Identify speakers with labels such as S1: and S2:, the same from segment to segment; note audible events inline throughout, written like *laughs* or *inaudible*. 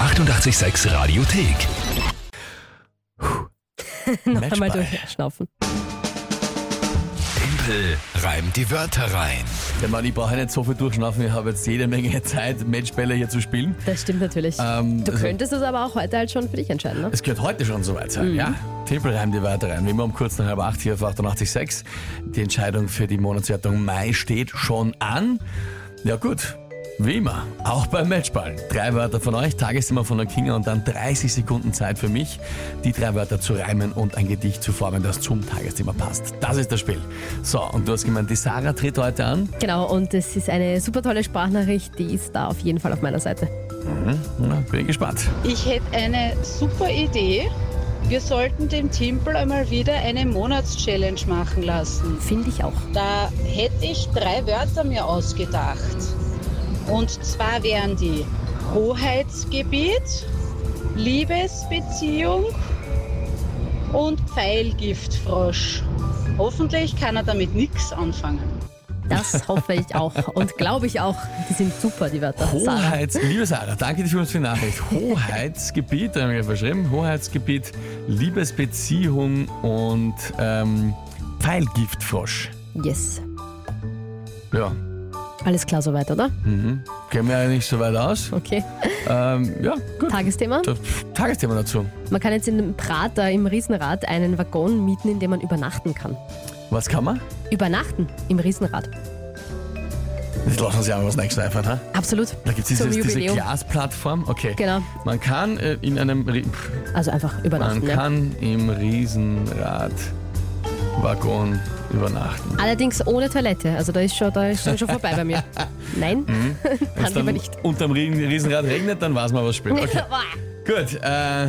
S1: 886 Radiothek.
S2: *laughs* Noch einmal
S3: Matchball.
S2: durchschnaufen.
S1: Tempel reimt die Wörter rein.
S3: Der Mann, ich brauche nicht so viel durchschnaufen, ich habe jetzt jede Menge *laughs* Zeit, Matchbälle hier zu spielen.
S2: Das stimmt natürlich.
S3: Ähm,
S2: du
S3: also-
S2: könntest es aber auch heute halt schon für dich entscheiden, ne?
S3: Es gehört heute schon soweit sein, ja? Tempel reimt die Wörter rein. Wie immer um kurz nach halb acht hier auf 88.6. Die Entscheidung für die Monatswertung Mai steht schon an. Ja gut, wie immer, auch beim Matchball. Drei Wörter von euch, Tagesthema von der Kinga und dann 30 Sekunden Zeit für mich, die drei Wörter zu reimen und ein Gedicht zu formen, das zum Tagesthema passt. Das ist das Spiel. So, und du hast gemeint, die Sarah tritt heute an.
S2: Genau, und es ist eine super tolle Sprachnachricht, die ist da auf jeden Fall auf meiner Seite.
S3: Na, bin gespannt.
S4: Ich hätte eine super Idee. Wir sollten dem Timpel einmal wieder eine Monatschallenge machen lassen.
S2: Finde ich auch.
S4: Da hätte ich drei Wörter mir ausgedacht. Und zwar wären die Hoheitsgebiet, Liebesbeziehung und Pfeilgiftfrosch. Hoffentlich kann er damit nichts anfangen.
S3: *laughs*
S2: Das hoffe ich auch und glaube ich auch. Die sind super, die Wörter. Sarah.
S3: Hoheits, liebe Sarah, danke dir für die
S2: *laughs*
S3: Nachricht. Hoheitsgebiet, da haben wir verschrieben. Hoheitsgebiet, Liebesbeziehung und ähm, Pfeilgiftfrosch.
S2: Yes.
S3: Ja,
S2: Alles klar soweit, oder?
S3: kennen wir ja nicht so weit aus.
S2: Okay.
S3: Ähm, ja, gut.
S2: Tagesthema.
S3: Das Tagesthema dazu.
S2: Man kann jetzt in dem Prater, im Riesenrad, einen Waggon mieten, in dem man übernachten kann.
S3: Was kann man?
S2: Übernachten im Riesenrad.
S3: Jetzt lassen Sie auch was Neues einfallen, ha?
S2: Absolut.
S3: Da gibt es
S2: Zum
S3: diese
S2: Jubiläum.
S3: Glasplattform. Okay.
S2: Genau.
S3: Man kann äh, in einem Ri- pff,
S2: Also einfach
S3: man
S2: übernachten. Ja.
S3: kann im Riesenradwaggon übernachten.
S2: Allerdings ohne Toilette. Also da ist schon, da ist schon, schon vorbei
S3: *laughs*
S2: bei mir. Nein, kann
S3: Wenn's
S2: lieber
S3: dann
S2: nicht.
S3: Unterm Riesen- Riesenrad regnet, dann weiß man, was spielt. Okay.
S2: *laughs*
S3: Gut, äh,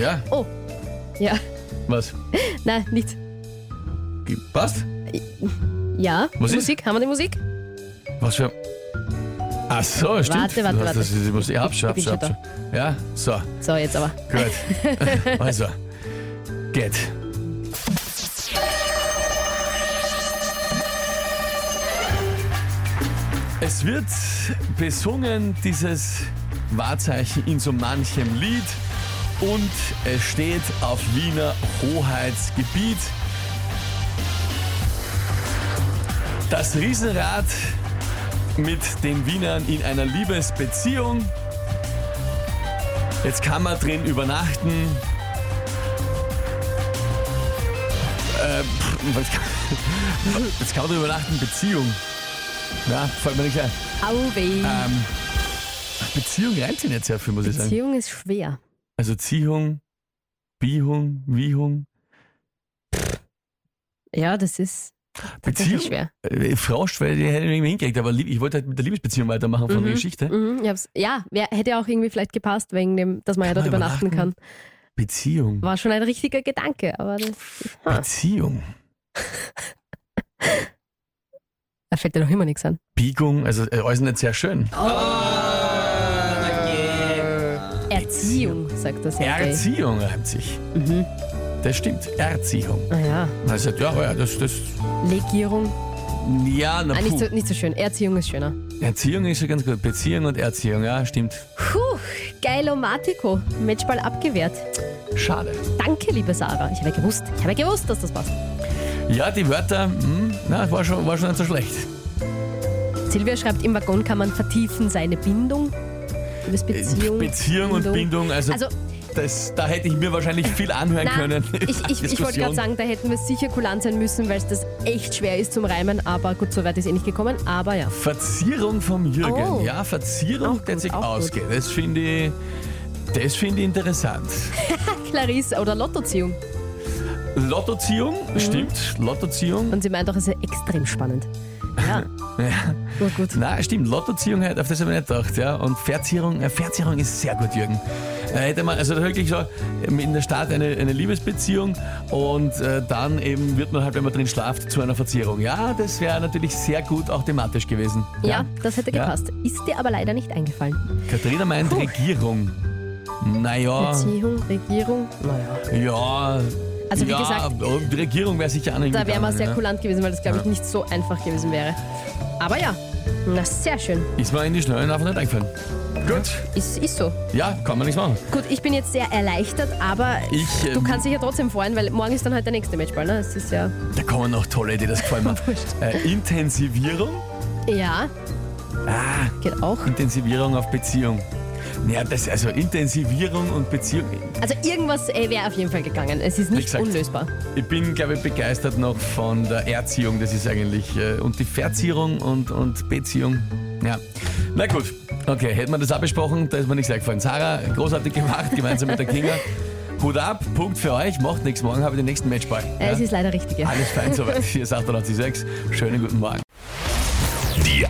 S3: ja,
S2: ja,
S3: was?
S2: nein, nichts.
S3: Passt?
S2: Ja,
S3: Was ist?
S2: Musik, haben wir die Musik?
S3: Was für. Ach so, stimmt.
S2: Warte, warte,
S3: Du hast Das,
S2: warte.
S3: ich, muss, ich hab's schon,
S2: Ich bin
S3: hab's schon, hab's
S2: schon
S3: schon. Ja, so,
S2: So, jetzt aber.
S3: gut. also, geht. Es wird besungen, dieses Wahrzeichen in so manchem Lied. Und es steht auf Wiener Hoheitsgebiet. Das Riesenrad mit den Wienern in einer Liebesbeziehung. Jetzt kann man drin übernachten. Äh, pff, was kann- *laughs* Jetzt kann man drin übernachten, Beziehung. Ja, fällt mir nicht ein.
S2: Au weh.
S3: Ähm, Beziehung reimt sich nicht sehr viel, muss ich sagen.
S2: Beziehung ist schwer.
S3: Also Ziehung, Bihung, Wiehung.
S2: Ja, das ist tatsächlich
S3: Beziehung.
S2: schwer.
S3: Äh, Frosch, weil die hätte ich irgendwie hingekriegt, aber lieb- ich wollte halt mit der Liebesbeziehung weitermachen von der Geschichte.
S2: Mhm, ich hab's, ja, wär, hätte ja auch irgendwie vielleicht gepasst, wegen dem, dass man ja
S3: Kann
S2: dort
S3: man
S2: übernachten kann.
S3: übernachten? Beziehung.
S2: War schon ein richtiger Gedanke, aber das, Ah.
S3: Beziehung.
S2: da fällt dir noch immer nichts an.
S3: Biegung, also äh, alles nicht sehr schön.
S2: Erziehung, sagt das ja.
S3: Erziehung reimt sich.
S2: Mhm.
S3: Das stimmt. Erziehung.
S2: Ah ja.
S3: Man sagt, ja, ja, das, das,
S2: Legierung.
S3: ja, na
S2: Ah, nicht, so,
S3: puh.
S2: nicht so schön. Erziehung ist schöner.
S3: Erziehung ist ja ganz gut. Beziehung und Erziehung, ja, stimmt.
S2: Puh, geilomatico. Matchball abgewehrt.
S3: Schade.
S2: Danke, liebe Sarah. Ich habe ja gewusst, ich habe ja gewusst, dass das passt.
S3: Ja, die Wörter, hm, na, war schon, war schon nicht so schlecht.
S2: Silvia schreibt, im Waggon kann man vertiefen seine Bindung. Liebes Beziehung.
S3: Äh, Beziehung und Bindung, also,
S2: Also,
S3: das, da hätte ich mir wahrscheinlich viel anhören
S2: na,
S3: können.
S2: ich, ich, ich wollte gerade
S3: Diskussion.
S2: sagen, da hätten wir sicher kulant sein müssen, weil es das echt schwer ist zum Reimen. Aber gut, so weit ist eh nicht gekommen. Aber ja.
S3: Verzierung vom Jürgen.
S2: Oh.
S3: Ja,
S2: Auch
S3: Verzierung,
S2: gut,
S3: der sich
S2: auch gut.
S3: ausgeht. Das finde ich, das finde ich interessant.
S2: Clarisse oder Lottoziehung.
S3: Lottoziehung,
S2: Mhm.
S3: stimmt. Lottoziehung.
S2: Und sie meint auch, es ist extrem spannend.
S3: *laughs*
S2: Ja. ja. gut.
S3: Na, stimmt, Lottoziehung, halt, auf das habe ich nicht gedacht, ja. Und Verzierung, äh, Verzierung ist sehr gut, Jürgen. Da hätte man, also wirklich so ähm, in der Stadt eine, eine Liebesbeziehung und äh, dann eben wird man halt, wenn man drin schlaft, zu einer Verzierung. Ja, das wäre natürlich sehr gut auch thematisch gewesen.
S2: Ja, das hätte
S3: Ja.
S2: gepasst. Ist dir aber leider nicht eingefallen.
S3: Katharina meint
S2: Puh.
S3: Regierung. Naja,
S2: Beziehung, Regierung. Naja.
S3: ja.
S2: Also wie
S3: ja,
S2: gesagt,
S3: und Regierung wäre sicher auch nicht
S2: Da wäre man
S3: gegangen,
S2: sehr
S3: ja.
S2: kulant gewesen, weil das, glaube ich, nicht so einfach gewesen wäre. Aber ja, Na, sehr schön.
S3: Ist mir in die Schnellen einfach nicht eingefallen. Gut,
S2: Ist, ist so.
S3: ja, kann man nichts machen.
S2: Gut, ich bin jetzt sehr erleichtert, aber
S3: Ich, ähm,
S2: du kannst dich ja trotzdem freuen, weil morgen ist dann halt der nächste Matchball, ne? Es ist ja.
S3: Da kommen noch tolle Ideen, das gefällt mir.
S2: *laughs* Wurscht.
S3: äh, Intensivierung?
S2: Ja.
S3: Ah,
S2: Geht auch.
S3: Intensivierung auf Beziehung. Ja, das, also Intensivierung und Beziehung.
S2: Also irgendwas äh, wäre auf jeden Fall gegangen. Es ist
S3: Wie
S2: nicht
S3: gesagt.
S2: unlösbar.
S3: Ich bin, glaube ich, begeistert noch von der Erziehung. Das ist eigentlich. Äh, und die Verzierung und, und Beziehung. Ja. Na gut. Okay, hätten wir das abgesprochen, da ist mir nichts eingefallen. Sarah, großartig gemacht, gemeinsam mit der
S2: *laughs*
S3: Kinga. Hut ab, Punkt für euch, macht nichts. Morgen habe ich den nächsten Matchball.
S2: Äh, Es ist leider richtig. Ja.
S3: Alles fein
S2: *laughs*
S3: soweit. Hier ist 886. Schönen guten Morgen.
S1: Die